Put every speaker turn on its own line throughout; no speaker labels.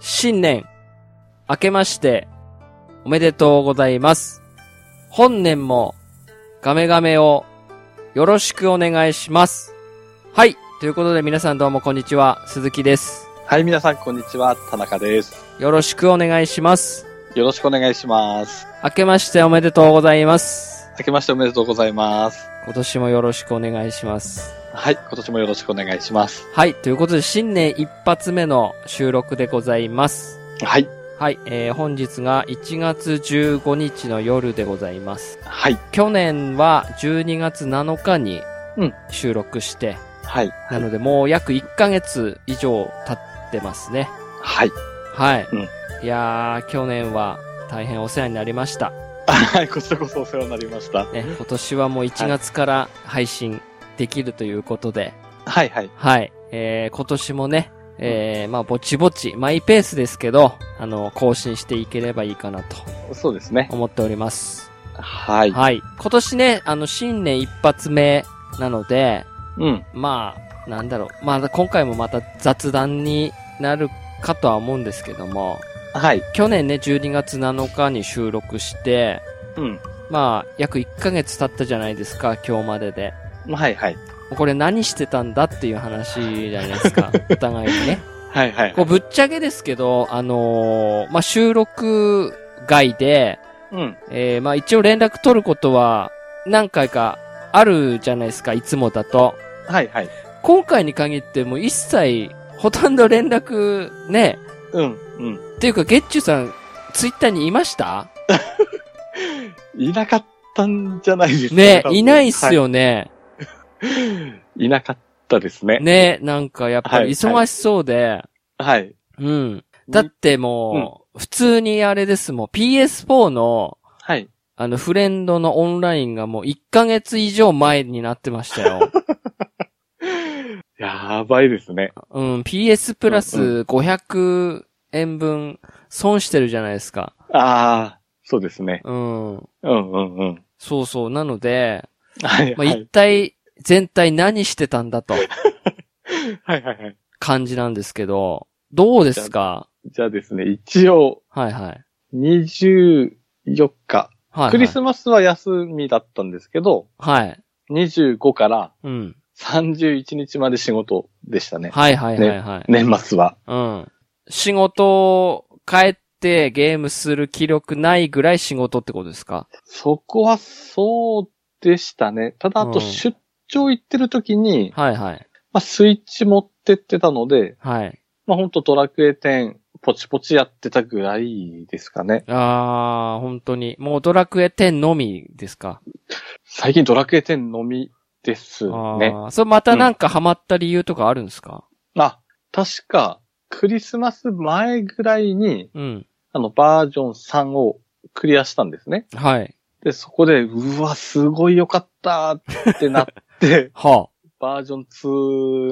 新年、明けまして、おめでとうございます。本年も、ガメガメを、よろしくお願いします。はい。ということで皆さんどうもこんにちは。鈴木です。
はい、皆さん、こんにちは。田中です。
よろしくお願いします。
よろしくお願いします。
明けましておめでとうございます。
明けましておめでとうございます。
今年もよろしくお願いします。
はい、今年もよろしくお願いします。
はい。ということで新年一発目の収録でございます。
はい、
はい。えー、本日が1月15日の夜でございます。
はい、
去年は12月7日に
うん
収録して、
はい、
なのでもう約1ヶ月以上経ってますね。
はい。
はい。
うん
いやー、去年は大変お世話になりました。
はい、こちらこそお世話になりました。
ね、今年はもう1月から配信できるということで、
はい、はい、
はい。えー、今年もね、えー、まあ、ぼちぼち、マイペースですけど、あの、更新していければいいかなと
そうですね。
思っております。
はい。
はい。今年ね、あの、新年一発目なので、
うん、
まあ、なんだろう。まあ、今回もまた雑談になるかとは思うんですけども、
はい、
去年ね、12月7日に収録して、
うん、
まあ、約1ヶ月経ったじゃないですか、今日までで。
はい、はい、
これ何してたんだっていう話じゃないですか、お互いにね。
はい、はい
こう、。ぶっちゃけですけど、あのーまあ、収録外で、
うん、
えー、まあ、一応連絡取ることは何回かあるじゃないですか、いつもだと。
はい、はい。
今回に限ってもう一切、ほとんど連絡、ね。
うん、うん。
っていうか、ゲッチュさん、ツイッターにいました
いなかったんじゃないですか。
ね
多、分
いないっす。よね。
はいいなかったですね。
ね、なんかやっぱり忙しそうで。
はい。
うん。だってもう、普通にあれですもん、PS4 の、
はい。
あの、フレンドのオンラインがもう1ヶ月以上前になってました よ。
やばいですね。
うん、PS プラス
うん
500円分損してるじゃないですか。
ああ、そうですね。
うん。
うん、うん、うん。
そうそう。なので、
はい、
まあ、
は
一
い。
体、全体何してたんだと、
はい、はい、はい。
感じなんですけど、どうですか
じゃあですね、一応、
はいはい。
24日、
はい、はい。
クリスマスは休みだったんですけど、
はい。
25から
うん。
31日まで仕事でしたね。
はいはいはいはい。
年末は。
うん。仕事、帰ってゲームする気力ないぐらい仕事ってことですか
そこはそうでしたね。ただ、あ
う
と
ん
出張行ってる時に、
はいはい。
まあ、スイッチ持ってってたので、
はい。
まあ、ほんとドラクエ10ポチポチやってたぐらいですかね。
あー、本当に。もうドラクエ10のみですか
最近ドラクエ10のみです
あー
ね。
それまたなんかハマった理由とかあるんですか
あ、確か、クリスマス前ぐらいに、
うん。
あの、バージョン3をクリアしたんですね。
はい。
で、そこで、うわ、すごい良かったって なって、
はあ。
バージョン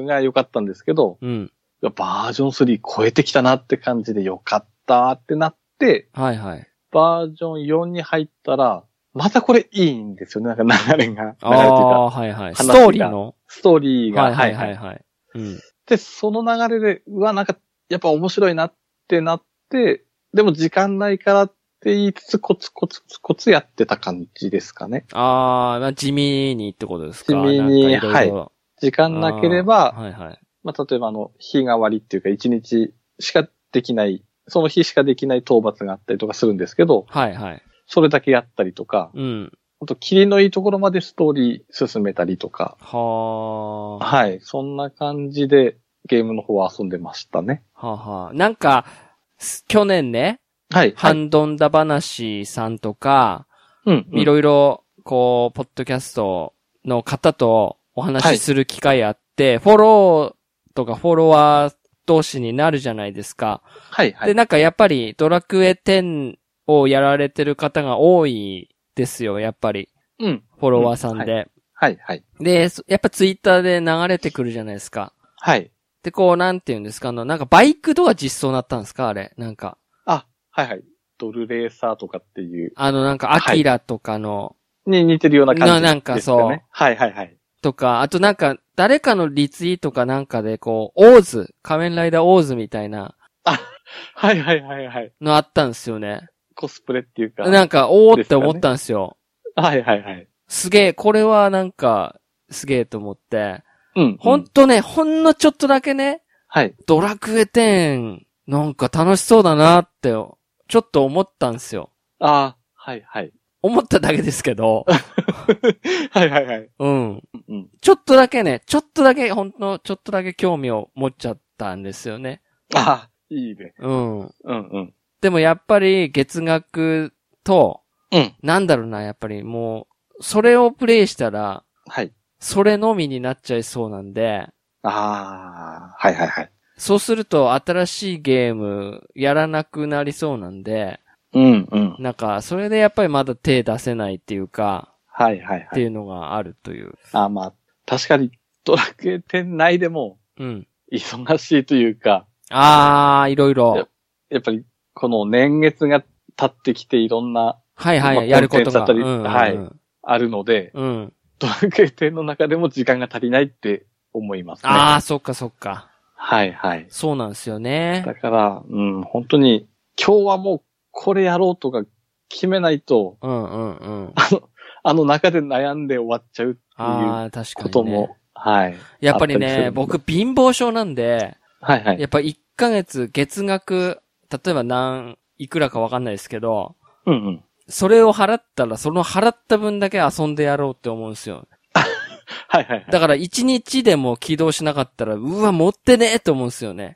2が良かったんですけど、
うん。
いやバージョン3超えてきたなって感じで良かったってなって、
はいはい。
バージョン4に入ったら、またこれいいんですよね。なんか流れが、流れてた。
あー、はいはい。
話
ス
が
トーリーの
ストーリーが。
はいはいはいはい。うん。
で、その流れで、うわ、なんか、やっぱ面白いなってなって、でも時間ないからって言いつつ、コツコツコツコツやってた感じですかね。
あー、まあ、地味にってことですか
地味に
なんかろ
時間
ろ
なけれ
あ
ば
ー、はいはい。
まあ、例えばあの、日替わりっていうか、一日しかできない、その日しかできない討伐があったりとかするんですけど、
はいはい。
それだけやったりとか、
うん。
あと、霧のいいところまでストーリー進めたりとか、
はあ。は
はい、そんな感じでゲームの方は遊んでましたね。
あはあ。なんか、す去年ね、
はい、
ハ
はい。
ンドンダ話さんとか、
うん、うん
いろいろ、こう、ポッドキャストの方とお話しする機会あって、フォローとかフォロワー同士になるじゃないですか。
はい、は
で、
い。
なんかやっぱりドラクエ10をやられてる方が多いですよ、やっぱり。
うん、
フォロワーさんで。
うんはい、はい。
で、そやっぱツイッターで流れてくるじゃないですか。
はい。
で、こう、なんて言うんですか、あの、なんかバイクドア実装になったんですかあれ。なんか。
あ、はい、はい。ドルレーサーとかっていう、
あの、なんか、アキラとかの、
に似てるような感じです
な
よね。
なんかそう
はい、はい、はい。
とか、あとなんか、誰かのリツイートかなんかで、こう、オーズ、仮面ライダーオーズみたいな、
あ、はいはいはいはい。
のあったんですよね。
コスプレっていうか。
なんか、おーって思ったんですよ。
はいはいはい。
すげえ、これはなんか、すげえと思って。
うん。
ほ
うん
とね、ほんのちょっとだけね、
はい。
ドラクエ10、なんか楽しそうだなって、ちょっと思ったんですよ。
ああ、はいはい。
思っただけですけど、
はいはいはい。
うん。
うんうん。
ちょっとだけね、ちょっとだけ、ほんのちょっとだけ興味を持っちゃったんですよね。
ああ、いいね。
うん。
うんうん。
でもやっぱり月額と、
うん。
なんだろうな、やっぱりもう、それをプレイしたら、
はい。
それのみになっちゃいそうなんで、
ああ、はいはいはい。
そうすると新しいゲームやらなくなりそうなんで、
うんうん。
なんか、それでやっぱりまだ手出せないっていうか、
はいはい
っ
は
て
い。
いうのがあるという。
ああまあ、確かにドラクエ店内でも
うん。
忙しいというか、
あー、いろい
い
ろ
や。やっぱりこの年月が経ってきていろんな
はいは
まあ
い、やること
コン
が。
テンツ
うん
だったり
うん
あるので、
うん。
ドラクエ店の中でも時間が足りないって思いますね。
あー、そっかそっか。
はいはい。
そうなんですよね。
だから、うん、本当に、今日はもうこれやろうとか決めないと、
うんうんうん。
あの、あの中で悩んで終わっちゃうっていう
あー、確か
こと
に、
も、
ね。
はい。
やっぱり
あったりす
ね、
る
僕貧乏症なんで、
はいはい。
やっぱ1ヶ月月額、例えば何、いくらかわかんないですけど、
うんうん。
それを払ったら、その払った分だけ遊んでやろうって思うんですよ。
はいはいはい。
だから1日でも起動しなかったら、うわ、持ってねえと思うんですよね。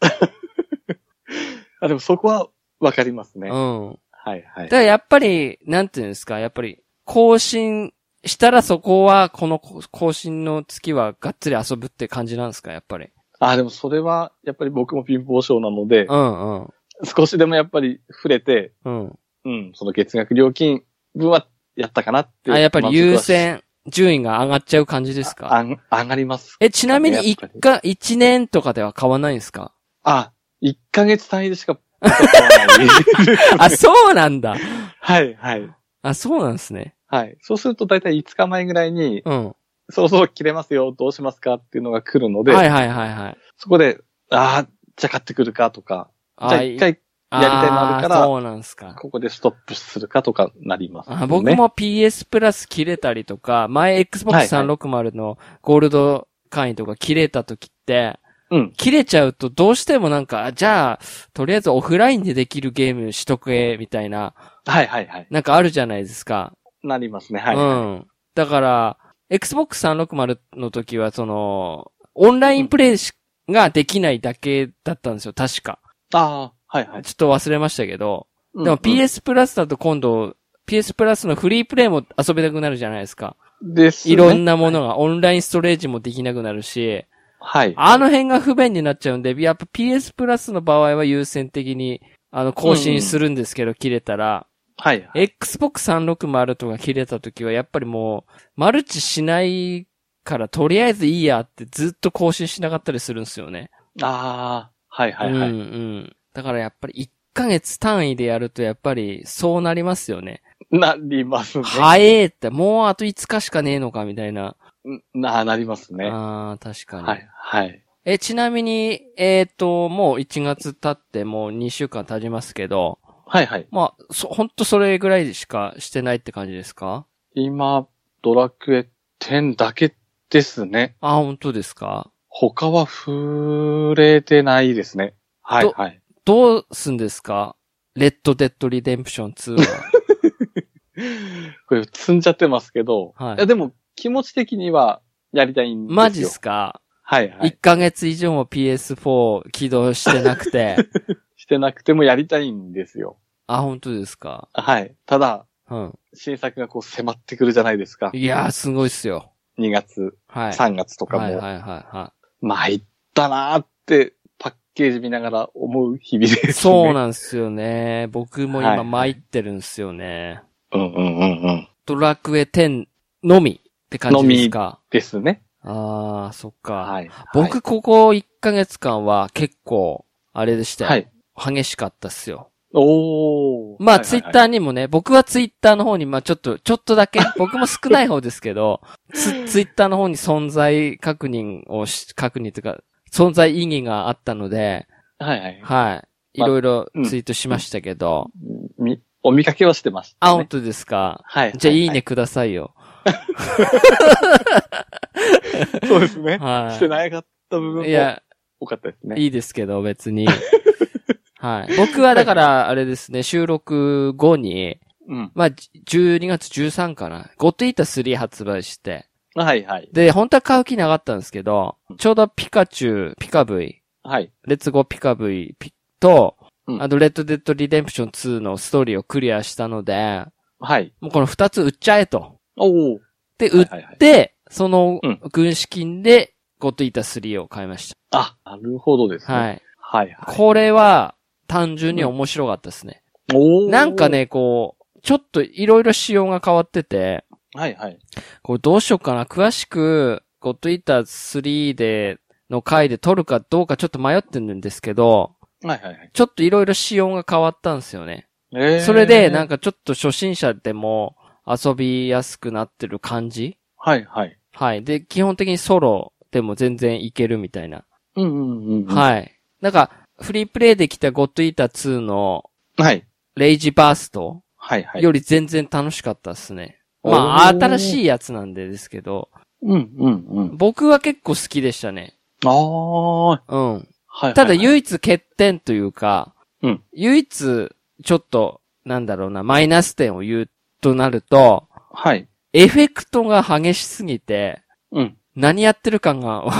あ、でもそこはわかりますね。
うん。
はいは
だ
い
か。らやっぱり、なんていうんですか、やっぱり、更新したらそこは、この更新の月はがっつり遊ぶって感じなんですか、やっぱり。
あ、でもそれは、やっぱり僕も貧乏症なので
う、んうん。
少しでもやっぱり触れて、
うん。
うん、その月額料金分はやったかなって。
あ、やっぱ
ま
り
ずは
優先順位が上がっちゃう感じです
あ
か
ん上がります。
え、ちなみに
やっぱり
1か、1年とかでは買わないんです か
あ、1ヶ月単位でしか買わない。
あ、そうなんだ。
はい、はい。
あ、そうなんですね。
はい。そうすると大体5日前ぐらいに、
うん。
そろそろ切れますよ、どうしますかっていうのが来るので、
はいはいはいはい。
そこで、ああ、じゃあ買ってくるかとか、じゃあ一回
あ
やりたいのあるから
ーそうなんすか。
ここでストップするかとかなります、ね。
あ僕。も PS プラス切れたりとか、前 Xbox
はいは
360のゴールド会員とか切れた時って、
うん。
切れちゃうとどうしてもなんか、あじゃあ、とりあえずオフラインでできるゲームしとくえ、みたいな、
はいはいはい。
なんかあるじゃないですか。
なりますね。はい、
う
はい。
ん。だから、Xbox 360の時はその、オンラインプレイしができないだけだったんですよ、確か。
ああ、はいはい。
ちょっと忘れましたけど。
で
でも PS プラスだと今度、PS プラスのフリープレイも遊べなくなるじゃないですか。
です、ね。
いろんなものが、オンラインストレージもできなくなるし、
はい。
あの辺が不便になっちゃうんで、やっぱ PS プラスの場合は優先的に、あの、更新するんですけど、切れたら、
はいはい。
Xbox 360とか切れた時は、やっぱりもう、マルチしないから、とりあえずいいやってずっと更新しなかったりするんですよね。
ああ、はいはいはい。
うんうん。だからやっぱり1ヶ月単位でやると、やっぱりそうなりますよね。
なりますね。
早えって、もうあと5日しかねえのか、みたいな。
うんな、なりますね。は
ああ、確かに。
い、はい。
え、ちなみに、えっ、と、もう1月経ってもう2週間経ちますけど、
はい、はい。
まあ、そ、ほんとそれぐらいしかしてないって感じですか
今、ドラクエ10だけですね。
あ、本当ですか
他は触れてないですね。はい、
ど
はい。
どうすんですかレッドデッドリデンプション2は。
これ積んじゃってますけど、
はい
やでも気持ち的にはやりたいんですよ。
マジっすか、
はい、はい
?1。ヶ月以上も PS4 起動してなく て。
してなくてもやりたいんですよ。
あ、本当ですか
はい。ただ、
うん。
新作がこう迫ってくるじゃないですか。
いやー、すごいっすよ。
2月、
はい。
3月とかも。
はいはいはいはい。
参ったなーって、パッケージ見ながら思う日々です、ね。
そうなんですよね。僕も
はい
今
はい
参ってるんですよね。
うんうんうんうん。
ドラクエ10のみって感じですか。
ですね。
あー、そっか。
はい。
僕ここ1ヶ月間は結構、あれでしたよ。
はい。
激しかったっすよ。
おー。
まあ、ツイッター
ー。
にもね、僕はツイッターの方に、まあ、ちょっと、 ちょっとだけ、僕も少ない方ですけど、 ツツイッターの方に存在確認をし、確認というか、存在意義があったので、
はいはい。
はい。いろいろ
うん
ツイートしましたけど。
み、お見かけはしてました、ね。
あ、本当ですか。
はい。
じゃあ、
はい
いね。くださいよ。
はいそう ですね。し
は
てなかった部分も
い。いや、
多かったですね。
いいですけど、別に。 はい。僕はだから、あれですね、収録後に、
うん。
まあ、じ12月13かな。ゴッドイーター3発売して。
はいはい。
で、本当は買う気なかったんですけど、ちょうどピカチュウ、ピカ V、
はい。
レッツゴーピカ V ピと、
うん
あと、レッドデッドリデンプション2のストーリーをクリアしたので、
はい。
もうこの二つ売っちゃえと。
おお。
で、
は
売
い
っ
はいはい。
て、その
うん
軍資金で、ゴッドイーター3を買いまし
あ、なるほどです
た。
ね。
はい。
はいはい。
これは、単純に面白かったですね。
おお。
なんか。ね、こう、ちょっといろいろ仕様が変わってて、
はいはい。
これどうしようかな。詳しく、ゴッドイーター3で、の回で撮るかどうかちょっと迷ってるんですけど、
はいはいはい。
ちょっといろいろ仕様が変わったんですよね。
え
それで、なんか
か。
ちょっと初心者でも遊びやすくなってる感じ
はいはい。
はい。で、基本的にソロでも全然いけるみたいな。
うんうんうんうん。
はい。なんか、フリープレイできたゴッドイーター2の
い。はい。
レイジバースト
はいはい。
より全然楽しかったですね。
おー
まあ、新しいやつなんでですけど、
うんうんうん。
僕は結構好きでしたね。
ああ、はい
うん。
はいはい。
ただ唯一欠点というか、
うん
唯一、ちょっと、なんだろうな、マイナス点を言うとなると、
はい。
エフェクトが激しすぎて、
うん。
何やってる感が わ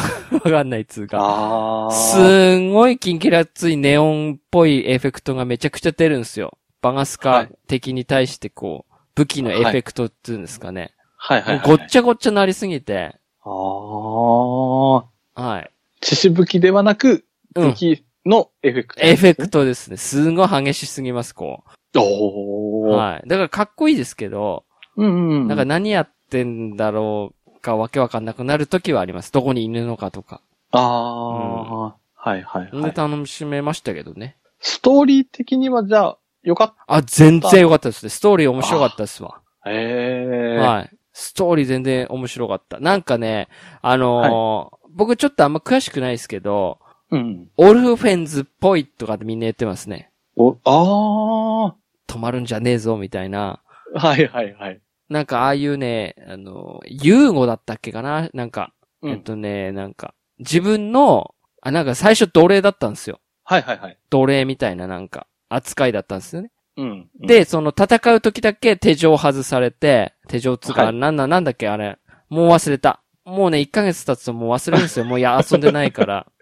かんないっつうか、
ああ。
すんごいキンキラついネオンっぽいエフェクトがめちゃくちゃ出るんですよ。バガス
は
カ
い
敵に対してこう、武器のエフェクトっていうんですかね。
はいはい、はい。
もうごっちゃごっちゃなりすぎて、
ああ。
はい。
血しぶきではなく、
うん。
敵のエフェクト、
エフェク。トですね。すんごい激しすぎます、こう。
おー。
はい。だからかっこいいですけど、
うんうん。
なんか何やってんだろうかわけわかんなくなる時はあります。どこにいるのかとか。
ああ、はいはいは
で、
い。
楽しめましたけどね。
ストーリー的にはじゃあ、よかっ
あ、全然良かったですね。ストーリー面白かったですわ。
た。ええー。
はい。ストーリー全然面白かった。なんかね、あのー僕ちょっとあんま詳しくないですけど、
うん。
オルフェンズっぽいとかってみんな言ってますね。
お、あ
止まるんじゃねえぞ、みたいな。
あ。はいはいはい。
なんかああいうね、あのー、ユーゴだったっけかななんか、
うん
えっとね、なんか、自分の、あ、なんか最初奴隷だったんですよ。
はいはいはい。
奴隷みたいななんか、扱いだったんですよね。
うん。うん、
で、その戦う時だけ手錠外されて、手錠つうか、
はい
なんなん、なんだっけあれ。もう忘れた。もうね、1ヶ月経つともう忘れるんですよ。もういや、遊んでないから。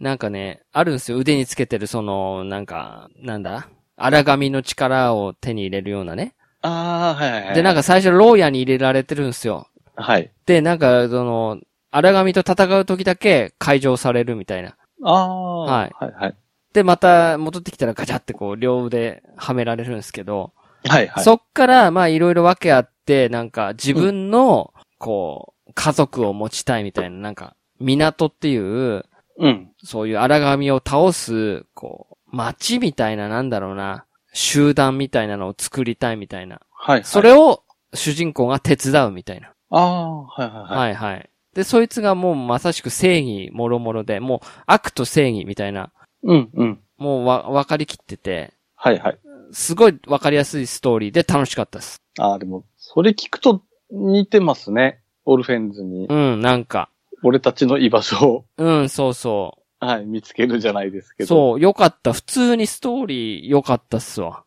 なんかね、あるんですよ。腕につけてる、その、なんか、なんだ荒髪の力を手に入れるようなね。
ああ、はいはいはい。
で、なん
か、
か最初、牢屋に入れられてるんですよ。
はい。
で、なんか、その、荒髪と戦う時だけ解錠されるみたいな。
ああ。
はい
はいはい。
で、また戻ってきたらガチャってこう、両腕はめられるんですけど、
はいはい。
そっから、まあ、いろいろ分けあって、なんか、自分の、こう、家族を持ちたいみたいな、なんか、港っていう、
うん。
そういう荒神を倒す、こう、町みたいな、なんだろうな、集団みたいなのを作りたいみたいな。
はいはい。
それを、主人公が手伝うみたいな。
ああ、はいはいはい。
はいはい。で、そいつがもうまさしく正義もろもろで、もう悪と正義みたいな、
うんうん。
もうわ、わかりきってて、
はいはい。
すごいわかりやすいストーリーで楽しかったです。
ああ、でも、それ聞くと似てますね。オルフェンズに、
うん、なんか。
俺たちの居場所を、
うん、そうそう。
はい、見つけるじゃないですけど。う。
そう、良かった。普通にストーリー良かったっすわ。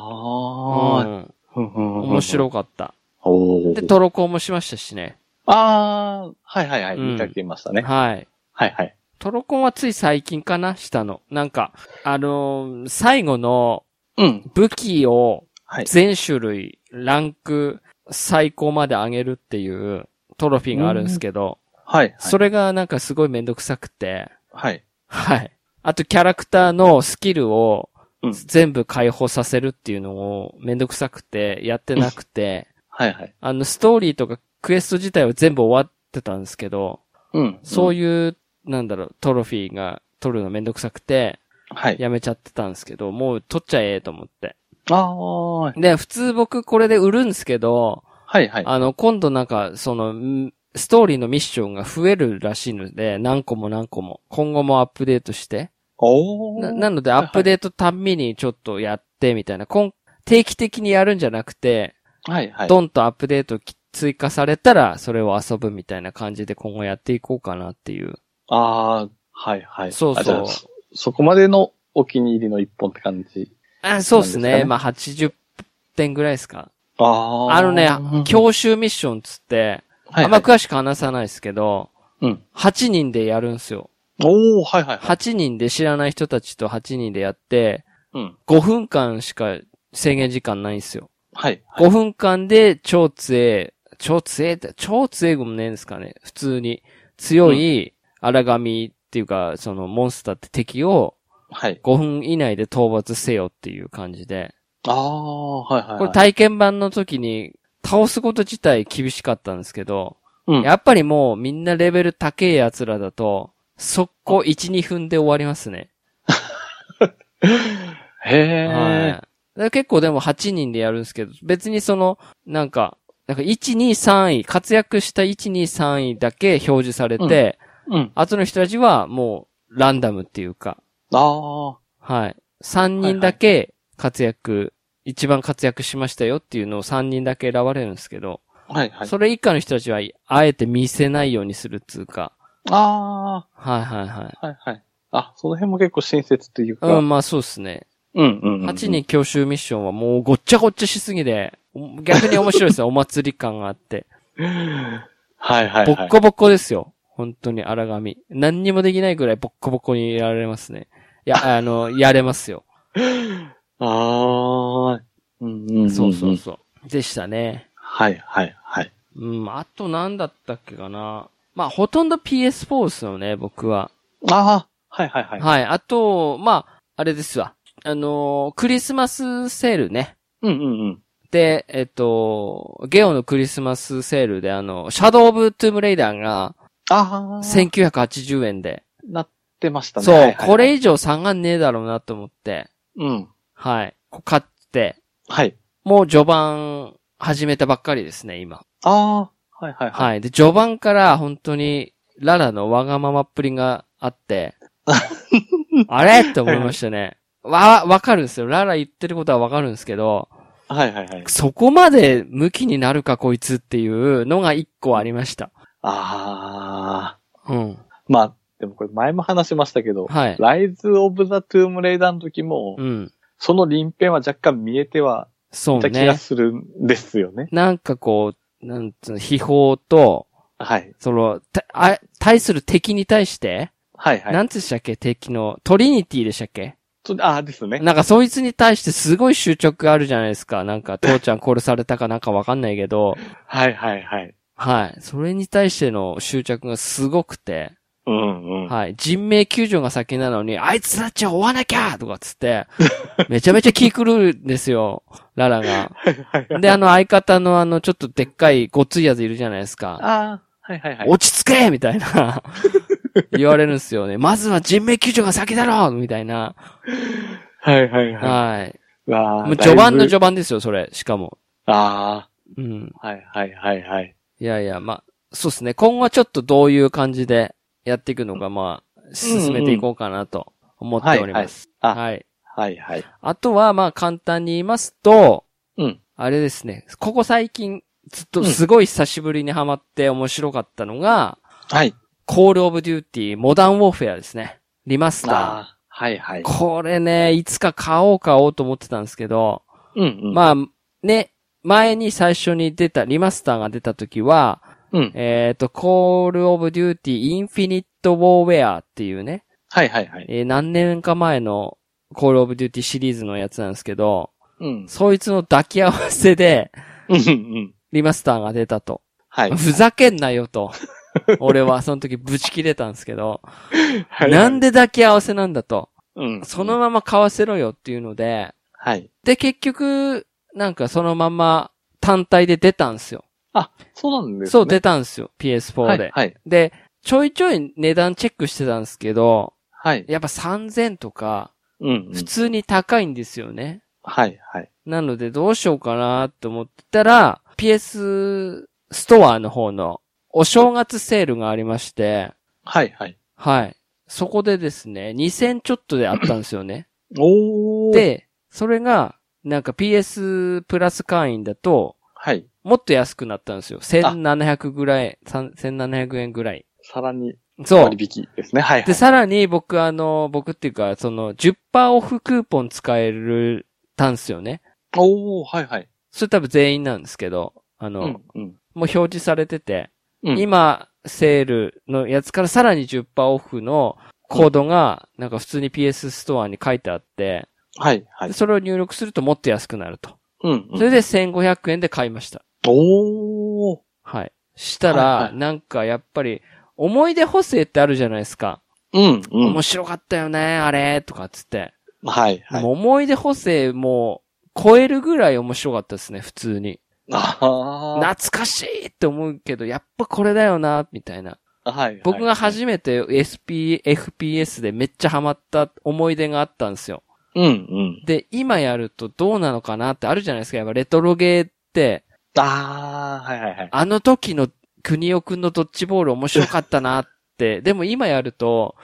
ああ、
うん
面
面白かった。
お
で、
ー
トロコンもしましたしね。
ああ、はいはいはい、
うん
見かけましたね。
はい。
はいはい。
トロコンはつい最近かなしたの。なんか、あのー最後の
うん。
武器を
はい。
全種類、ランク最高まで上げるっていうトロフィーがあるんですけど、
はいはい。
それがなんかすごいめんどくさくて、
はい。
はい。あとキャラクターのスキルを
うん。
全部解放させるっていうのをめんどくさくてやってなくて、
はいはい。
あの、ストーリーとかクエスト自体は全部終わってたんですけど、
うん。
そう
い
いう、なんだろう、トロフィーが取るのめんどくさくて、
うん。はい。
やめちゃってたんですけど、もう取っちゃええと思って。
ああ、はい
で、普通僕これで売るんですけど、
はい。
あの、今度なんか、その、んストーリーのミッションが増えるらしいので、何個も何個も。今後もアップデートして。
おー
ななので、アップデートたんびにちょっとやって、みたいな、こん定期的にやるんじゃなくて、
はいはい。
ドンとアップデートき追加されたら、それを遊ぶみたいな感じで今後やっていこうかなっていう。
ああ、はいはい。
そうそう
あじゃあそそこまでのお気に入りの一本って感じ。
あそうです
な
ね。
んですかね
まあ、80点ぐらいですか。
ああ。
あのね
うん、
教習ミッションつって、
はいはい
あんま詳しく話さないですけど、
うん。
8人でやるんすよ。
おおはいはいはい。
8人で知らない人たちと8人でやって、
うん。
5分間しか制限時間ないんすよ。
はい。はい
5分間で超強い、超強いって、超強いもねえんですかね。普通に。強い荒神っていうか、そのモンスターって敵を
はい。
5分以内で討伐せよっていう感じで。
ああ、はいはいはい。
これ体験版の時に倒すこと自体厳しかったんですけど、
うん。
やっぱりもうみんなレベル高え奴らだと、速攻1、2分で終わりますね。
へえ、
はい。だから結構でも8人でやるんですけど、別にその、なんか、なんか1、2、3位、活躍した1、2、3位だけ表示されて、
うん。
後の人たちはもうランダムっていうか、
ああ、
はい。3人だけ活躍、一番活躍しましたよっていうのを3人だけ選ばれるんですけど、
はいはい。
それ以下の人たちはあえて見せないようにするっつうか、
あ
はいはいはい。
あ、はいはい。あ、その辺も結構親切というか。
う
うん
ん、まあそうですね。
うんうんうん。
8人教習ミッションはもうごっちゃごっちゃしすぎで、逆に面白い ですよ。お祭り感があって。
はいはいはい。
ボッコボッコですよ。本当に荒神。何にもできないぐらいボッコボコにやられますね。い や、あの、やれますよ。
ああ、うんうんんん
そうそう。そう。でしたね。
はいはいはい。
うん、あと何だったっけかな。まあ、ほとんど PS4 ですよね、僕は。
ああ、はいはいはい。
はい。あと、まあ、あれですわ。あのークリスマスセールね。
うんうんうん。
で、えっと、ゲオのクリスマスセールで、あの、シャドウ・オブ・トゥーム・レイダーが
ああ、
1980円で。
なってましたね。
そう、
はいはいはい
これ以上差がねえだろうなと思って、
うん。
はい。こう買って、
はい。
もう序盤始めたばっかりですね、今。
ああ、はいはいはい。
はい。で、序盤から本当に、ララのわがままっぷりがあ って、あれって思いましたね。わ、わかるんですよ。ララ言ってることはわかるんですけど、
はいはいはい。
そこまで向きになるかこいつっていうのが一個ありました。
ああ、
うん。
まあ、でもこれ前も話しましたけど、
はい。
ライズ・オブ・ザ・トゥーム・レイダーの時も、
うん。
その臨辺は若干見えては
そ
いうた気が
ね。
するんですよね。
なんかこう、なんつうの、秘宝と、
はい。
その、たあ対する敵に対して、
はいはい。
なんつうしたっけ敵の、トリニティでしたっけ
とああ、ですね。
なんかそいつに対してすごい執着があるじゃないですか。なんか父ちゃん殺されたかなんかわかんないけ ど、
はいはいはい。
はい。それに対しての執着がすごくて、
うんうん。
はい。人命救助が先なのに、あいつたちは追わなきゃとかっつっ て、めちゃめちゃ気狂うんですよ、ララが。
はいはい。
で、あの相方のあの、ちょっとでっかいごっついやついるじゃないですか。
ああ、はいはいはい。
落ち着けみたい な、言われるんですよね。まずは人命救助が先だろみたいな。
はいはいは
はい。
い。わあ
もう序盤の
だいぶ
序盤ですよ、それ。しかも。
あ
うん。
あ、はいはいはいはい。
いやいや、まあ、そうですね。今後はちょっとどういう感じでやっていくのか、まあ、進めていこうかなと思っております。
はい
はい。
はいはい。
あとは、まあ、簡単に言いますと、
うん。
あれですね。ここ最近、ずっとすごい久しぶりにハマって面白かったのが、
はい。
コールオブデューティーモダンウォーフェアですね。リマスタ
ああ、はいはい
ー。。これね、いつか買おう買おうと思ってたんですけど、
うんうん。
まあ、ね、前に最初に出た、リマスターが出た時は、
うん。
えっ、と、Call of Duty Infinite Warfare っていうね、
はいはいはい。
えー何年か前の Call of Duty シリーズのやつなんですけど、
うん。
そいつの抱き合わせで
うんうん。
リマスターが出たと。
はい。
ふざけんなよ と。俺はその時ブチ切れたんですけど、
はい
なんで抱き合わせなんだと。
うん。
その、まま買わせろよっていうので、
はい。
で、結局、なんかそのまま単体で出たんですよ。
そうなんですね。
そう、出たんですよ。PS4
はい
で。
はい。
で、ちょいちょい値段チェックしてたんですけど、
はい。
やっぱ3000とか、
うんうん。
普通に高いんですよね。
はいはい。
なのでどうしようかなって思ってたら、PS ストアの方のお正月セールがありまして、
はいはい。
はい。そこでですね、2000ちょっとであったんですよね。
おー。、
で、それが、なんか PS プラス会員だと、
はい。
もっと安くなったんですよ。1700ぐらい、3 1700円ぐらい。
さらに
そう
割。引ですね。はい、は
で、
い。
さらに僕あの、僕っていうか、その10%オフクーポン使えるたんすよね。
おー、はい、はい。
それ多分全員なんですけど、あの、
うん、うん。
もう表示されてて、
うん、
今、セールのやつからさらに10%オフのコードが、なんか普通に PS ストアに書いてあって、
はい、はい
で。それを入力するともっと安くなると。
うん、う
そ
ん。
れで1500円で買いました。
おー。
はい。した
はい
ら、
はい
なんかやっぱり、思い出補正ってあるじゃないですか。
うん、うん
面。白かったよね、あれ、とかっつって。
はい、はい
も。う思い出補正もう超えるぐらい面白かったですね、普通に。
あ
懐かしいって思うけど、やっぱこれだよな、みたいな。
あ。はい。
僕が
め、
初めて SP、FPS でめっちゃハマった思い出があったんですよ。
うん、うん。
で、今やるとどうなのかなってあるじゃないですか。やっぱレトロゲーって、
ああ、はい、はい、はい。
あの時の国尾くんのドッジボール面白かったなって。 でも今やると、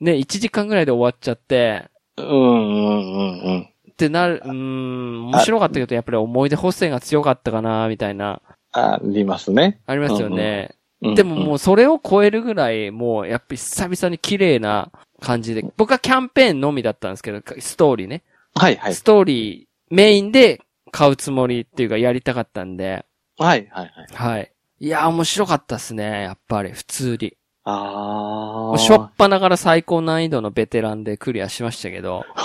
ね、1時間ぐらいで終わっちゃって、
うん、うん、うん、うん。
ってなる、うーん、面白かったけど、やっぱり思い出補正が強かったかな、みたいな、
ありますね。
ありますよね。
うん
でももうそれを超えるぐらい、もうやっぱり久々に綺麗な感じで、僕はキャンペーンのみだったんですけど、ストーリーね。
うん。はい、はい。
ストーリーメインで買うつもりっていうかやりたかったんで、
はい、はい、はい。
はい。いやー、面白かったっすね、やっぱり、普通に。
あ
も
あ。
うしょっぱながら最高難易度のベテランでクリアしましたけど、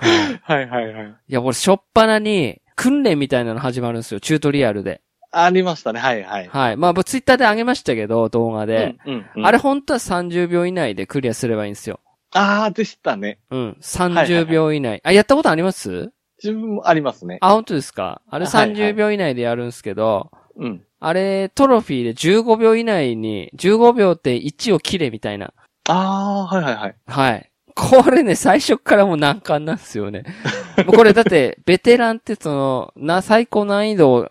はい、はい、はい。
いや、俺しょっぱなに訓練みたいなの始まるんですよ、チュートリアルで。
ありましたね。はい、はい。
はい。まあ、僕ツイッターで上げましたけど、動画で。
うん、うん、うん
あれ本当は30秒以内でクリアすればいいんですよ。
ああ、でしたね。
うん。
はいはい
30秒以内。あ、やったことあります
自分もありますね。
あ、本当ですかあれ
はいはい
30秒以内でやるんですけど、
うん。
あれ、トロフィーで15秒以内に、15秒って1を切れみたいな。
ああ、はい、はい、はい。
はい。これね、最初っからもう難関なんですよね。 もうこれだって、ベテランってその、な、最高難易度を、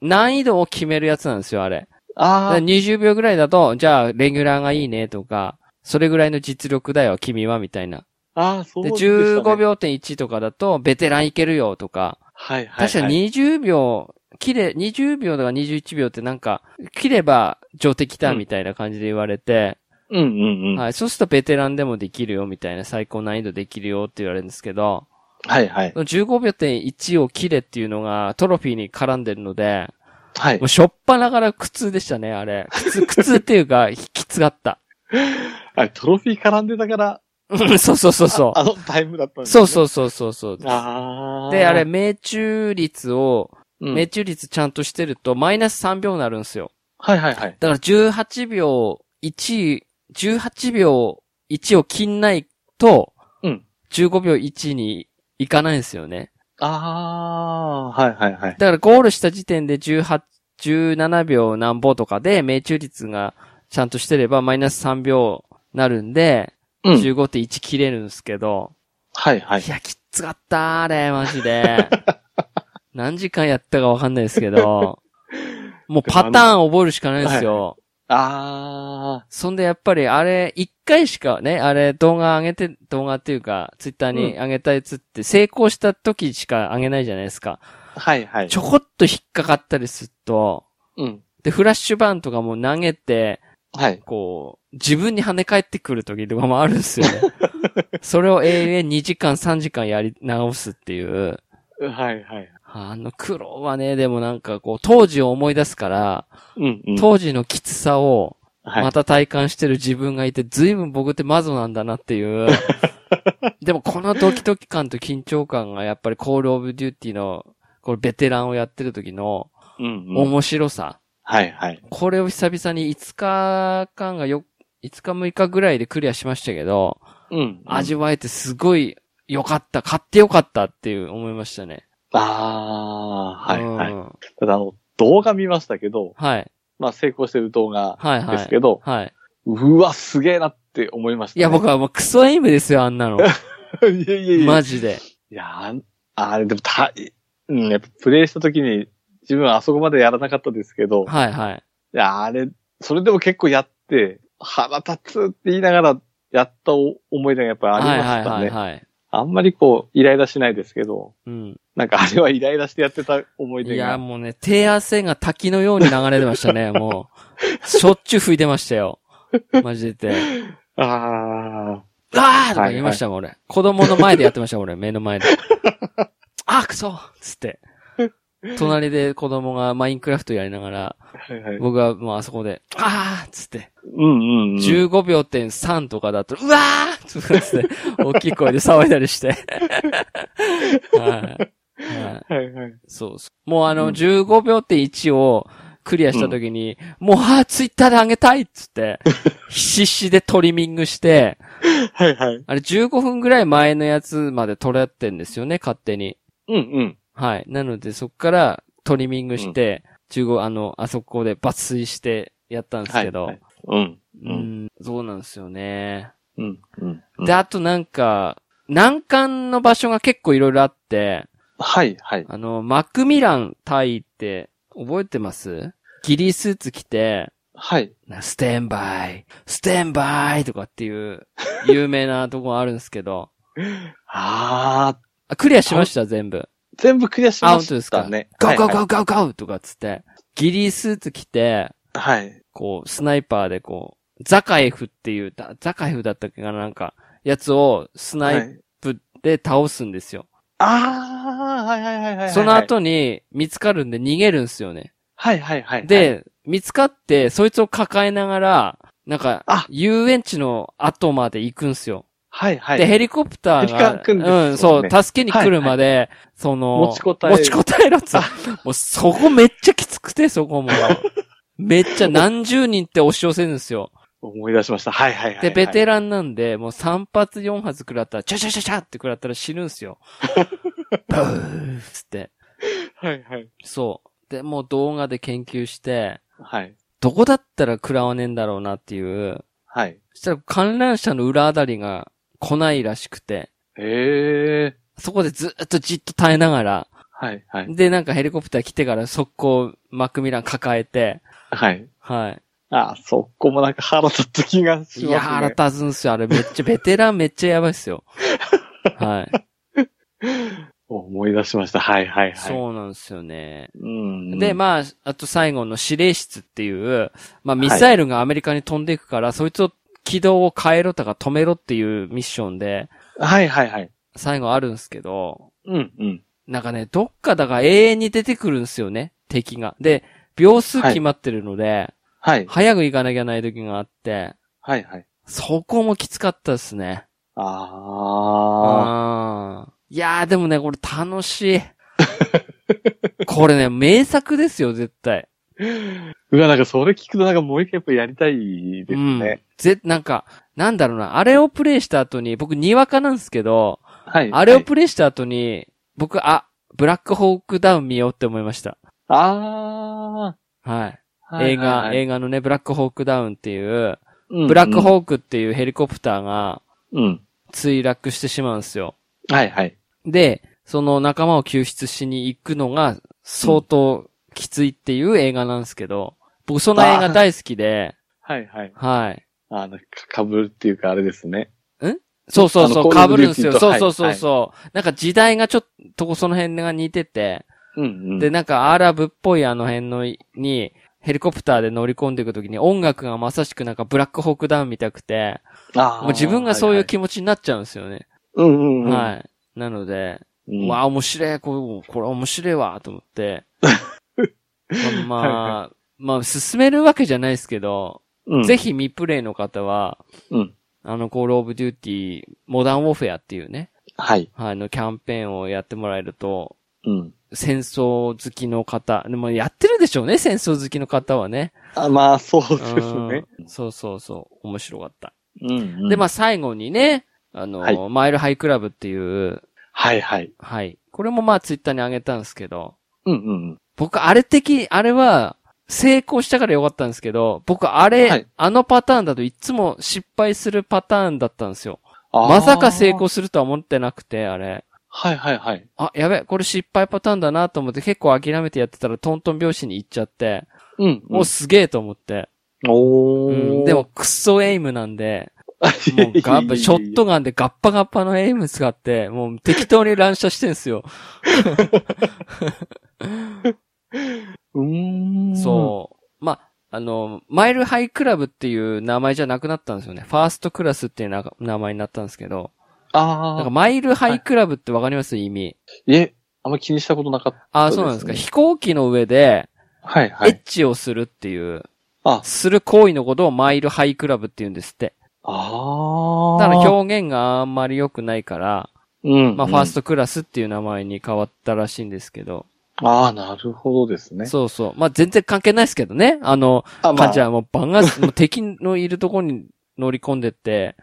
難易度を決めるやつなんですよ、あれ。だか
あ
ら20秒ぐらいだと、じゃあ、レギュラーがいいねとか、それぐらいの実力だよ、君は、みたいな。
あ、ああ、そう
で、
でした、ね。
15。秒点1とかだと、ベテランいけるよとか、
はい、はい。
確か
はい。
20秒、切れ、20秒とか21秒ってなんか、切れば上敵だ、
うん
みたいな感じで言われて、
うん、うん、うん。はい、
はい、そうするとベテランでもできるよ、みたいな、最高難易度できるよって言われるんですけど、
はい。
15秒点1を切れっていうのがトロフィーに絡んでるので、
はい
もう。しょっぱながら苦痛でしたね、あれ。苦痛、 苦痛っていうか、きつかった。
あれ、トロフィー絡んでたから、
うんそうそうそうそ
あのタイムだったん
う。
です、
そう
ね、
そうそうそうそう。
ああ。
で、あれ、、命中率を、
うん、
命中率ちゃんとしてると、マイナス3秒になるんですよ。
はいはいはい。
だから18秒1、18秒1を切んないと、
うん
15秒1にいかないんですよね。
ああ、はいはいはい。
だからゴールした時点で18、17秒なんぼとかで、命中率がちゃんとしてれば、マイナス3秒なるんで、
うん。
15.1切れるんですけど、
はいはい
い。や、きっつかったー、あれ、マジで。 何時間やったかわかんないですけど、もうパターン覚えるしかないですよ。
あ
そんでやっぱりあれ、一回しかね、あれ動画上げて、動画っていうか、ツイッターに上げたやつって成功した時しか上げないじゃないですか。
あ、はいはい
ち。ょこっと引っかかったりすると、
うん。
で、フラッシュバーンとかも投げて、
はい。
こう、自分に跳ね返ってくる時とかもあるんです よね。それを永遠2時間3時間やり直すっていう。
はいはい。
あの苦労はね、でもなんかこう、当時を思い出すから、
うんうん。
当時のきつさを、
はい
また体感してる自分がいて、随分僕ってマゾなんだなって いう。でもこのドキドキ感と緊張感がやっぱりコールオブデューティの、これベテランをやってる時の
うんうん。
面白さ。
はいはい。
これを久々に5日間がよ、5日6日ぐらいでクリアしましたけど、
うんうん。
味わえてすごい良かった、買って良かったっていう思いましたね。
ああ、はいは
う
い。
ん
ただあの、動画見ましたけど、
はい。
まあ成功してる動画
はいはい。
ですけど、
はい。
うわ、すげえなって思いました、
い
ね。
や、僕はもうクソエイムですよ、あんなの。
いや いやいや。
マジで。
いやー、あれでもた、うん、やっぱプレイした時に自分はあそこまでやらなかったですけど、
はいはい。
いや、あれ、それでも結構やって、腹立つって言いながらやった思い出がやっぱりありましたね。
はいはいはい、はい。
あんまりこう、イライラしないですけど、
うん。
なんかあれはイライラしてやってた思い
い
出
や、
が。
もうね、手汗が滝のように流れてましたね、もう。しょっちゅう吹いてましたよ。マジで。
あ
あーとか言いましたもん、俺。子供の前でやってましたもん、俺。 目の 前で。あー、くそつって。隣で子供がマインクラフトやりながら、
あ、はいはい。
僕はもうあそこで、あーつって。
うんうん、うん。
15秒点3とかだと、うわーとかつって、大きい声で騒いだりして。 はい。はい。
はいはい。
そうそう。もうあ
う
の、
ん
15秒点1をクリアした時に、もう、あーツイッターで上げたいっつ って、ひしひしでトリミングして、
はいはい。
あれ15分ぐらい前のやつまで取れてんですよね、勝手に。
うんうん。
はい。なので、そこからトリミングして、15、あの、あそこで抜粋してやったんです
はい、
けど、
はい。うん。
う
うん
ん、そうなんですよね。
うん。うん。うん
で、あとなんか、難関の場所が結構いろいろあって、
はいはい。
あの、マクミラン隊って覚えてますギリースーツ着て、
はい。
なステンバイ、ステンバイとかっていう有名なとこあるんですけど、
ああ、
あクリアしました全部。
全部クリアし
あ、
ま
本当で
し
すか
たね。
ガウガウ
はい
ガウガウガウとかっつって、ギリースーツ着て、
はい。はい。
こう、スナイパーでこう、ザカエフっていう、だザカエフだったっけかななんか、やつをスナ
は
イ
い。
プで倒すんですよ。
ああ、はいはいはいはいはい。
その。後に見つかるんで逃げるんすよね。
はいはいはい。、
で、見つかって、そいつを抱えながら、なんか
あ、
遊園地の後まで行くんすよ。
はいはい。
で、ヘリコプター
ヘリカー来るんですよ
が、
ね
うん、そう、助けに来るまで、その、
持ちこたえる
持ちこたえろっつう
あ
もうそこめっちゃきつくて、そ こも。めっちゃ何十人って押し寄せるんですよ。
思い出しました。はいはいはい、はい。
で、ベテ
ラ
ランなんで、もう3発4発食らったら、チャチャチャチャって食らったら死ぬん すよ。ブーっつって。
ン。はいはい。
そう。で、もう動画で研究して、
はい。
どこだったら食らわねえんだろうなっていう。
はい。
そしたら観覧車の裏あたりが来ないらしくて、
へえ。
そこでずっとじっと耐えながら、
はいは い。
で、なんかヘリコプター来てから速攻マクミラン抱えて、
はい。
は
あ、そこもなんか腹立った気が
い。
しますね。
いや、腹立つんすよ。あれめっちゃ、ベテランめっちゃやばいっす よ。はい。
思い出しました。はいはいはい。
そうなんですよね。
う。うん。
で、まあ、あと最後の指令室っていう、まあ、ミサイルがアメリカに飛んでいくから、そいつを軌道を変えろとか止めろっていうミッションで、
はいはいはい。
最後あるんですけど、
うんうん。
なんかね、どっかだから永遠に出てくるんですよね、敵が。で、秒数決まってるので、
はい。
早く行かなきゃいけない時があって、
はいはい。
そこもきつかったですね。
ああ。
ああ。いやーでもね、これ楽しい。 これね、名作ですよ、絶対。
うわ、なんかそれ聞くとなんかもう一回やっぱやりたいです
うん
ね。。
ぜ、なんか、なんだろうな、あれをプレイした後に、僕、にわかなんですけど、
はい。
あれ
は
を
い
プレイした後に、僕、あ、ブラックホークダウン見ようって思いました。
あ
はい。
あ。
映画、
映
映画のね、ブラックホークダウンっていう、
画
ブラック
ー
ホークっていうヘリコプターが
うん。うん。
墜落してしまうんですよ。
はいはい。
で、その仲間を救出しに行くのが相当きついっていう映画なんですけど、僕その映画大好きで、
はいはい。
はい。
あの、かかぶるっていうかあれですね。
そうそうそ
あの
う、
コール
被るんですよ。
ドゥーテ
そ
ィーとは
う
い
そうそうそう。なんか時代がちょっとこその辺が似てて、
うんうん。
で、なんかアラブっぽいあの辺のいに、ヘリコプターで乗り込んでいくときに音楽がまさしくなんかブラックホークダウンみたくて、
あー
もう自分がそういう気持ちになっちゃうんですよね。
はいはいうんうんうん。
はい。なので、
うん
わあ、面白い、これ、これ面白いわ、と思っ て。まあ、まあ、まあ、進めるわけじゃないですけど、
うん
ぜひ未プレイの方は、
うん。
あの、コールオブデューティー、モダンウォーフェアっていうね、
はい。
あの、キャンペーンをやってもらえると、
うん。
戦争好きの方、でもやってるでしょうね、戦争好きの方はね。
あまあ、そうですね。
うんそうそうそう、面白かった。
うんうん。
で、まあ、最後にね、あの、
はい
マイルハイクラブっていう、
はいはい。
はい。これもまあツイッターに上げたんですけど、
うんうん。
僕あれ的、あれは成功したからよかったんですけど、僕あれ、
はい
あのパターンだといつも失敗するパターンだったんですよ。
あー
まさか成。功するとは思ってなくて、あれ。
はいはいはい。
あ、やべ、これ失敗パターンだなと思って結構諦めてやってたらトントン拍子に行っちゃって、
うん。
もうすげえと思って。
お
うん、でも、、クソエイムなん で、もうガ
ガ
ッ パ、ショットガンでガッパガッパのエイム使って、もう適当に乱射してんすよ。
うーん。
そう。ま、あの、マイルハイクラブっていう名前じゃなくなったんですよね。ファーストクラスっていうな名前になったんですけど、なん
あ
か
あ。
マイルハイクラブってわかります意味。
いえ、あんま気にしたことなかった。
ああ、
そ
そう
う
なん
で
ですすか。
ね
飛行機の上で、
はい
エ
は
ッ
い。
チをするっていう、
あ、
する行為のことをマイルハイクラブって言うんですって。
ああ。
ただ表現があんまり良くないから、
うん。
まあ、ファースト
ト。
クラスっていう名前に変わったらしいんですけど。
ああ、なるほどですね。
そうそう。まあ、全然関係ないですけどね。あの、
あ、
カジャーもうバンガス、もう敵のいるところに乗り込んでって、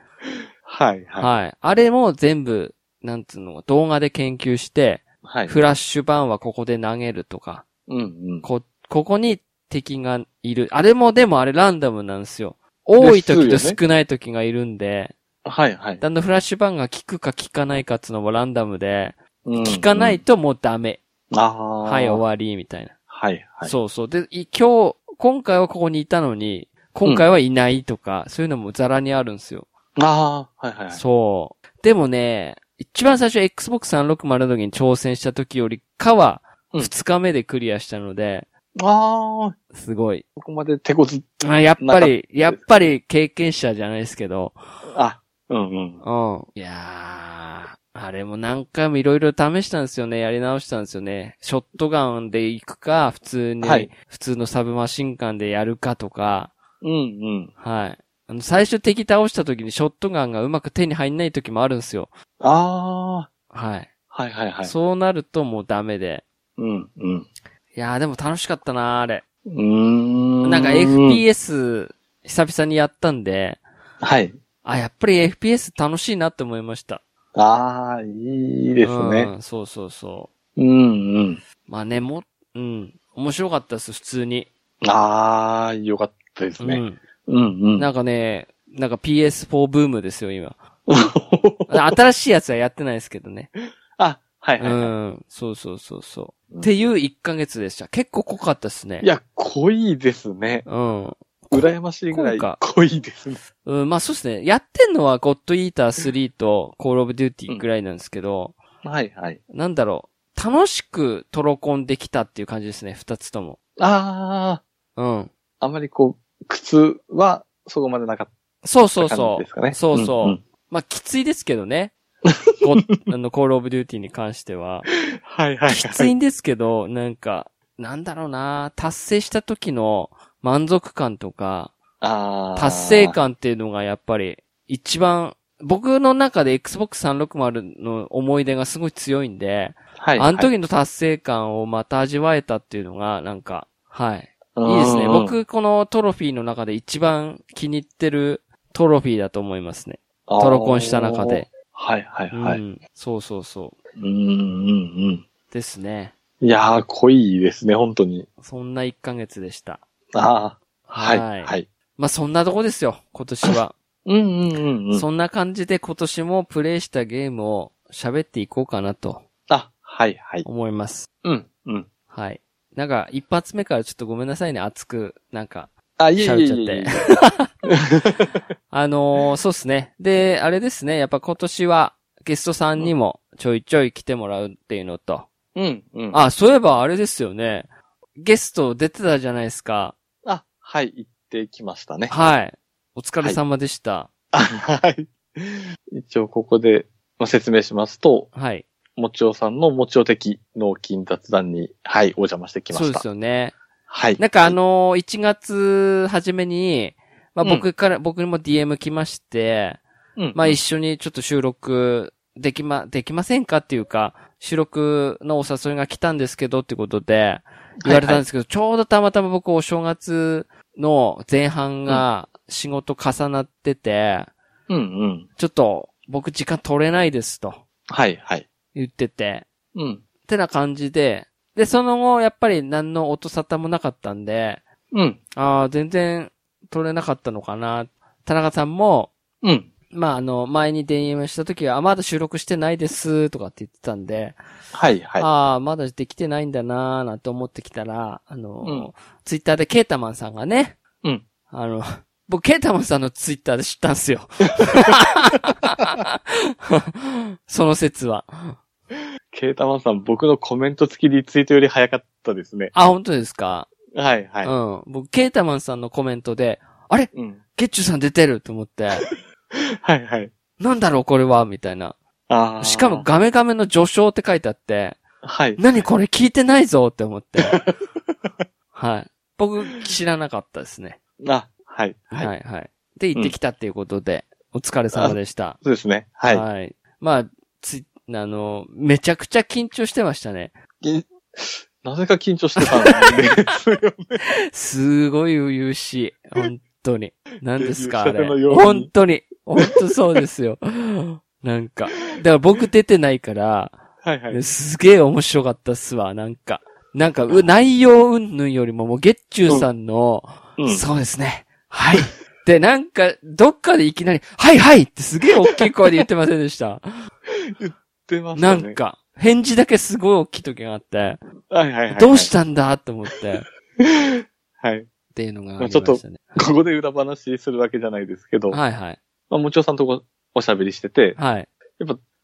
はいはい。
はい。あれも全部、なんつうの、動画で研究して、
はい。
フラッシュバーンはここで投げるとか、
うんうん。
こ、ここに敵がいる。あれもでもあれランダムなんですよ。多い時と
ですよね
少ない時がいるんで、
はいはい。
だんだんフラッシュバーンが効くか効かないかっつうのもランダムで、
聞
効かない。ともうダメ。
ああ。
はい、終わり、みたいな。
はいはい。
そうそう。で、い今日、今回はここにいたのに、今回はいないとか、そういうのもザラにあるんですよ。
ああ、はいはいはい。
そう。でもね、一番最初 Xbox 360の時に挑戦した時よりかは、
うん
二日目でクリアしたので、
ああ、
すごい。
ここまで手こず、
あやっぱ
な
り、やっぱり経験者じゃないですけど、
あ、うんうん。
うん。いやー、あれも何回もいろいろ試したんですよね。やり直したんですよね。ショットガンで行くか、普通に、
はい
普通のサブマシンガンでやるかとか、
うんうん。
はい。あの、最初敵倒した時にショットガンがうまく手に入んない時もあるんですよ。
ああ、
はい。
はいはいはい。
そうなるともうダメで。
うんうん。
いやーでも楽しかったなーあれ。
うーん。
なんか。FPS 久々にやったんで、
はい。
あ、やっぱり FPS 楽しいなって思いました。
ああ、いいですね。
うん、そうそうそ
うんうん。
う。まあね、も、うん。面白かったです、普通に。
ああ、よかったですね。うんう。
うんん。なんかね、なんか PS4 ブームですよ、今。新しいやつはやってないですけどね。
あ、はいうは
ん。そうそうそうそう。
うん
っていう1ヶ月でした。結構濃かったですね。
い。いや、濃いですね。
うん。
羨ましいぐらい
今
濃いですね。
うん、まあそうですね。やってんのはゴッドイーター3とコールオブデューティーぐらいなんですけど、
はいはい。
なんだろう。楽しくトロコンできたっていう感じですね、二つとも。
あ
うん。
あ、あまりこう、苦痛はそこまでなかっ
そうそ
た
う
感
そ
じ
う。
ですかね。
そうそう。
んん
まあきついですけど ね。ゴッあの、コールオブデューティーに関しては。
はいはいはい。
きついんですけど、なんか、なんだろうな達成した時の満足感とか、
ああ。
達成。感っていうのがやっぱり一番、僕の中で Xbox 360の思い出がすごい強いんで、
はい。
あの時の達成感をまた味わえたっていうのが、なんか、はい。いいですね。
うんうん。
僕、このトロフィーの中で一番気に入ってるトロフィーだと思いますね。
ト
トロコンした中で。。
はいはいうはい。
ん。そうそうそう。
うんうんうん。
ですね。
いやー、濃いですね、本当に。
そんな1ヶ月でした。
ああ。は
はいい
はい。
まあ、そんなとこですよ、今年は。
うんうんうんうん。
そんな感じで今年もプレイしたゲームを喋っていこうかなと
あ、はいはい。
思います。
うんうん。
はい。なんか、一発目からちょっとごめんなさいね、熱く、なんか、
あ、いえいえいえい
喋
え
っち。あのーそうですね。で、あれですね。やっぱ今年はゲストさんにもちょいちょい来てもらうっていうのと。
うんうん。
あ、そういえばあれですよね。ゲスト出てたじゃないですか。
あ、はい、行ってきましたね。
はい。お疲れ様でした。
はい。一応ここでまあ説明しますと、
はい。
もちおさんのもちお的脳筋雑談に、はい、お邪魔してきました。
そうですよね。
はい。
なんかあ、のー、1月初めに、まあ、
うん
僕から、僕にも DM 来まして、
うん、
まあ、一緒にちょっと収録できま、できませんかっていうか、収録のお誘いが来たんですけどってことで、言われたんですけど、ちょうどたまたま僕お正月の前半が仕事重なってて、
はいはい。うんうん。
ちょっと僕時間取れないですと
はいはい。
言ってて、
うん。
ってな感じで、で、その後やっぱり何の音沙汰もなかったんで、
うん。
ああ、全然取れなかったのかな。田中さんも、
うん。
まあ、あの、前に DM した時は、あまだ収録してないです、とかって言ってたんで、
はいはい。
ああ、まだできてないんだなーなんて思ってきたら、あのー
うん
ツイッターでケータマンさんがね、
うん
あの、僕、ケータマンさんのツイッターで知ったん ですよ。その説は。
ケータマンさん、僕のコメント付きリツイートより早かったですね。
あ、本当ですか、
はい、はい。
うん。僕、ケータマンさんのコメントで、あれ
うん。
ケッチュさん出てると思って、
はい、はい。
なんだろうこれはみたいな。
ああ。
しかも、ガメガメの序章って書いてあ って、
はい。
何これ聞いてないぞって思 って。はい。僕、知らなかったですね。
あ、はい、は。
はいい、はい、で、行ってきたっていうことで、お疲れ様でした。
そうですね。はい。
まあ、つい、あの、めちゃくちゃ緊張してましたね。
なぜか緊張してたんですよ。
すごい初々しい。本当に。何です かあ
デビューした
れ
てのよう。に
本当に。本当そうですよ。 なんか。だから僕出てないから、
は いはい。
すげえ面白かったっすわ、なんか。なんか、う内容云々よりも、もう、月中さんの、
うん。
そうですね。はい。で、なんか、どっかでいきなり、はいはいってすげえ大きい声で言ってませんで した。
出ました
な
ね。
ん。か、返事だけすごい大きい時があって、
はいはいはい。
どうしたんだって思って、っ
はい。
ていうのがありましたね。
ここで裏話するわけじゃないですけど、ま
はいはい。
あ、もちおさんとこおしゃべりしてて、
はい。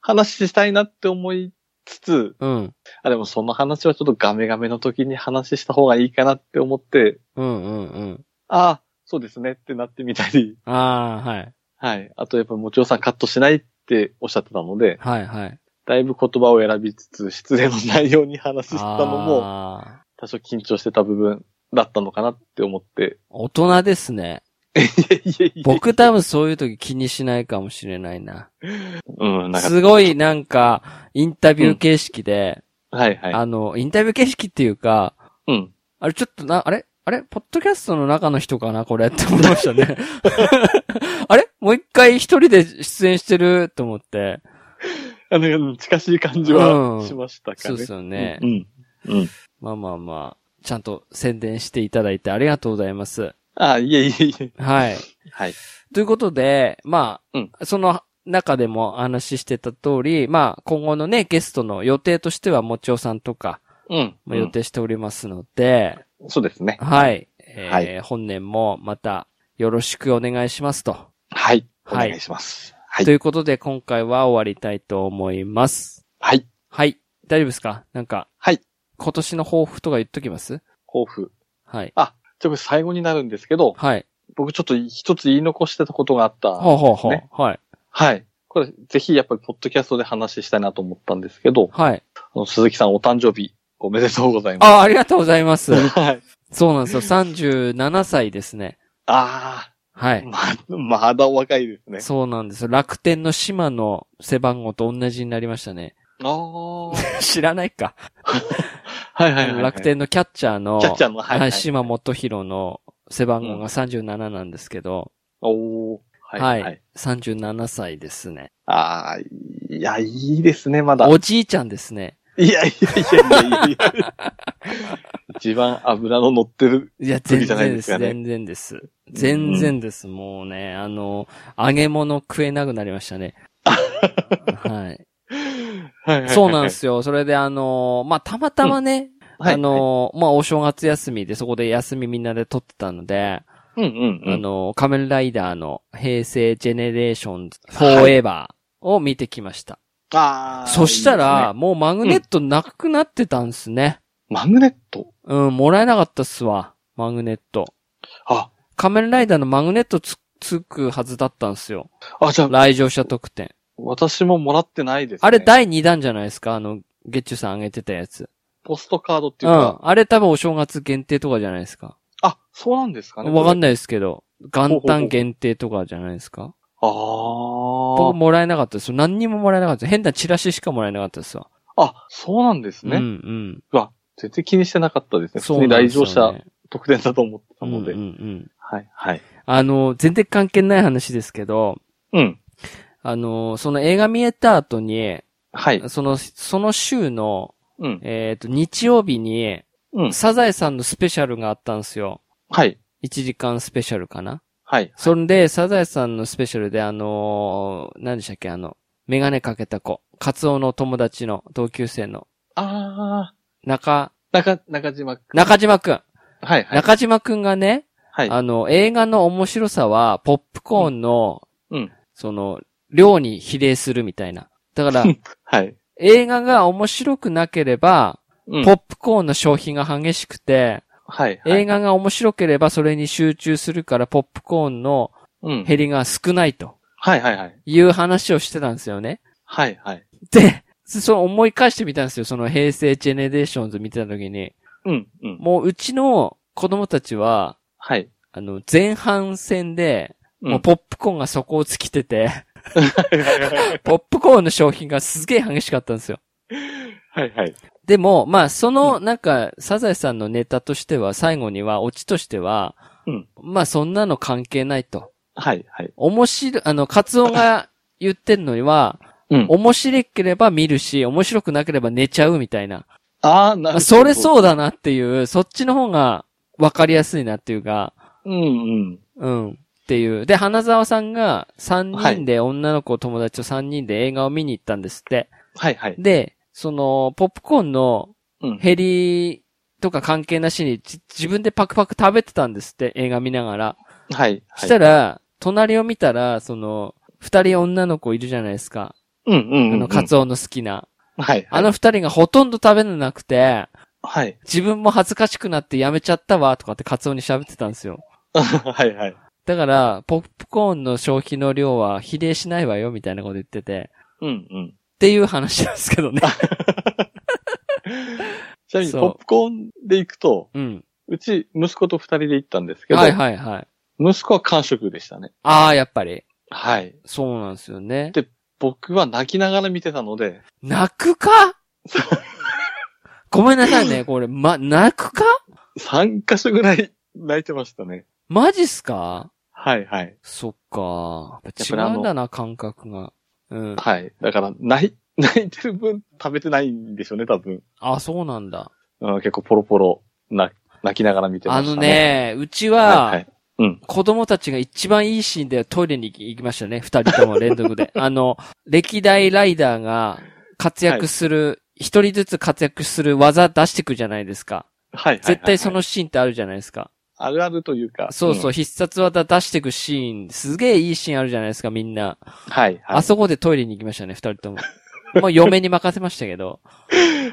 話したいなって思いつつ、
うん。
あ、でもその話はちょっとガメガメの時に話した方がいいかなって思って、
うんうんうん。
ああ、そうですねってなってみたり、
ああ、はい。
はい。あとやっぱもちおさんカットしないっておっしゃってたので、
はいはい。
だいぶ言葉を選びつつ、失礼の内容に話したのも、
あー
多少緊張してた部分だったのかなって思って、
大人ですね。
いえいえいえ。
僕多分そういう時気にしないかもしれないな。
うん、なんか、
すごいなんか、インタビュー形式で、
はいはい。
あの、インタビュー形式っていうか、
うん。
あれちょっとな、あれあれポッドキャストの中の人かなこれって思いました ね。あれもう一回一人で出演してると思って。
あの、うん近しい感じ
う
は
ん
しましたか
そ
ね。
うですよね。
うん。うん。うん
まあまあまあ、ちゃんと宣伝していただいてありがとうございます。
あ、いえいえいえ。
はい。
はい。
ということで、まあ、
うん
その中でも話してた通り、まあ、今後のね、ゲストの予定としては、もちおさんとか
うん。
も予定しておりますので、
うんそうですね。
はい。えー
は
本年もまたよろしくお願いしますと。
はい。お
はい
願いします。はい
と。いうことで、今回は終わりたいと思います。
はい。
はい。大丈夫ですかなんか、
はい。
今年の抱負とか言っときます
抱負。
はい。
ちょ、これ最後になるんですけど、
はい。
僕ちょっと一つ言い残してたことがあった。
ほうほうほう。
ね
はい。
はい。これ、ぜひやっぱりポッドキャストで話したいなと思ったんですけど、
はい。
あの鈴木さんお誕生日おめでとうございます。
あ、ありがとうございます。
はい。
そうなんですよ。37歳ですね。
あ
は
あ、
い。
ま、まだお若いですね。
そうなんですよ。楽天の島の背番号と同じになりました ね。
ああ。は
知らないか。
いはいはいはい。
楽天のキャッチャーの、
キャッチャーの、はい、
はい、島本宏の背番号が37なんですけど、
おー。はい。はい。
37歳ですね。
ああ、いや、いいですね、まだ。
おじいちゃんですね。
いやいやいやいやい や一番油の乗ってる。
いや、全
次じゃない
然で
です
す、
かね
全然です。全然です、もうね、あの、揚げ物食えなくなりました ね。はい。
はいはい
そうなんで。すよ。それであのーまあ、たまたまね、
はい
あのーまあ、お正月休みで、そこで休みみんなで撮ってたので、
うんうんうん。
あのー仮面ライダーの平成ジェネレーションズフォーエバーを見てきました。
あー
そしたら、
いいで
もうマグネットなくなってたんですね。
すねマグネット
うん、もらえなかったっすわ、マグネット。
あ、
仮面ライダーのマグネットつ、つくはずだったんですよ。
あ、じゃあ、
来場者特典。
私ももらってないです、ね。
あれ第2弾じゃないですかあの、ゲッチュさんあげてたやつ。
ポストカードって
う
いうんか、。
あれ多分お正月限定とかじゃないですか。
あ、そうなんですかね。
わかんな
ない。
いですけど、元旦限定とかじゃないですか
あ
僕
ー
もらえなかったですよ。何にももらえなかったです変なチラシしかもらえなかったですわ。
あ、そうなんですね。
うんうん。
全然気にしてなかったですね。普通
そう
に
なん
来
ですよ
場
ね
者特典だと思ってたので。
うんうんうん。
はい、はい。
あの、全然関係ない話ですけど、
うん。
あの、その映画見えた後に、
はい。
その、その週の、
うん。
えっ、と、日曜日に、
うん。
サザエさんのスペシャルがあったんですよ。
はい。
1時間スペシャルかな。
はい。
そんで、サザエさんのスペシャルで、あのー何でしたっけ、あの、メガネかけた子、カツオの友達の同級生の、
あー
中、
中、中島くん。
中島くん。
はい、はい。
中島くんがね、
はい。
あの、映画の面白さは、ポップコーンの、
うん。
その、量に比例するみたいな。だから、
はい。
映画が面白くなければ、
うん
ポップコーンの消費が激しくて、
はい。はい
映画が面白ければそれに集中するから、ポップコーンの
うん。
減りが少ないと
はいはいはい。
いう話をしてたんですよね。
はいはい。
で、その思い返してみたんですよ。その平成ジェネレーションズ見てた時に。
うん。うん。
もううちの子供たちは、
はい。
あの、前半戦で、
うん
もうポップコーンが底を尽きてて、
はいはい
ポップコーンの商品がすげえ激しかったんですよ。
はいはい。
でも、まあ、その、なんか、サザエさんのネタとしては、最後には、オチとしては、
うん
まあ、そんなの関係ないと。
はいはい。
面白い、あの、カツオが言ってるのには、
うん。
面白ければ見るし、面白くなければ寝ちゃうみたいな。
ああ、なるほ
まあ
ど。
それそうだなっていう、そっちの方が分かりやすいなっていうか、
う。うんうん。
うん。っていう。で、花沢さんが3人で女の子友達と3人で映画を見に行ったんですって。
はいはい。
で、その、ポップコーンの
うん。
ヘリとか関係なしにじ自分でパクパク食べてたんですって、映画見ながら。
はい。
した
ら、
ら、隣を見たら、その、二人女の子いるじゃないですか。
うんうんうん。
あの、カツオの好きな。
はい。
あの二人がほとんど食べれなくて、
はい。
自分も恥ずかしくなってやめちゃったわ、とかってカツオに喋ってたんですよ。
はいはい。
だから、ポップコーンの消費の量は比例しないわよ、みたいなこと言ってて。
うんうん。
っていう話なんですけどね。
ちなみに、
そう
ポップコーンで行くと、
うん。
うち、息子と二人で行ったんですけど、
はいはいはい。
息子は完食でしたね。
ああ、やっぱり。
はい。
そうなんですよね。
僕は泣きながら見てたので、
泣くかごめんなさいね、これ、ま、泣くか
3箇所ぐらい泣いてましたね。
マジっすか
はいはい。
そっか。
っ
違
ぱりあの
うんだな、感覚が。うん。
はい。だから、泣い、 泣いてる分食べてないんでしょうね、多分。
あ、そうなんだ。
うん、結構ポロポロな、泣きながら見てま
あ
し
の
たね。
ね、うち
あ
は、
はい、はい。うん。
子供たちが一番いいシーンでトイレに行きましたね。二人とも連続 で。あの、歴代ライダーが活躍する、一、人ずつ活躍する技出してくじゃないですか。
はいはい。
絶対そ
はい、
のシーンってあるじゃないですか。
あるあるというか。
そうそう、
ん
必殺技出してくシーン、すげえいいシーンあるじゃないですか、みんな。
はいはい。
あそこでトイレに行きましたね、二人 とも。まあ、嫁に任せましたけど。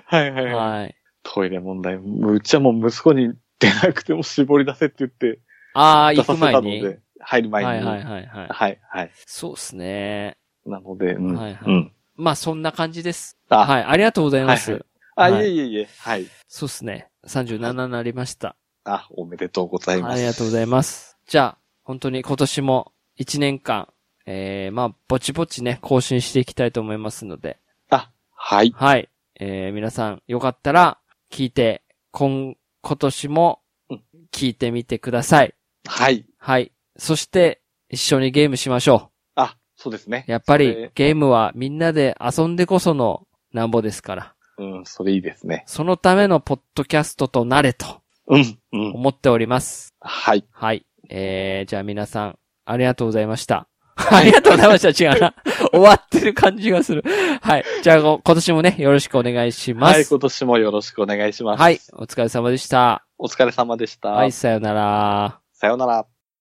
はいはいはい。
はい。
トイレ問題、うちはもう息子に出なくても絞り出せって言って、
ああ、
出
行
さ
く前
せたの
に。
で、入る前に。
はいはいはいはい。
はいはい。
そうっすね。
なので、うん。
はいはい
うん。
まあ、そんな感じです。
あ、
はい、ありがとうございます。
はいあ、
はい
いえいえいえ、はい。
そうっすね。37になりました。
あ、おめでとうございます。
ありがとうございます。じゃあ、本当に今年も1年間、えー、まあ、ぼちぼちね、更新していきたいと思いますので、
あ、はい。
はい。えー、皆さん、よかったら、聞いて、今、今年も
うん、
聞いてみてください。
はい。
はい。そして、一緒にゲームしましょ
あ、そうですね
う。。やっぱ
そ
り
れ、
ゲームはみんなで遊んでこその、なんぼですから。
うん、それいいですね。
そのためのポッドキャストとなれと
うん、うん。
思っております。
はい。
はい。えー、じゃあ皆さん、ありがとうございました。 ありがとうございました。違う な。終わってる感じがする。はい。じゃあ、こ今年もね、よろしくお願いしま
はい、
す。
今年もよろしくお願いします。
はい。お疲れ様でした。
お疲れ様でした。
はい、さよなら。
さようなら。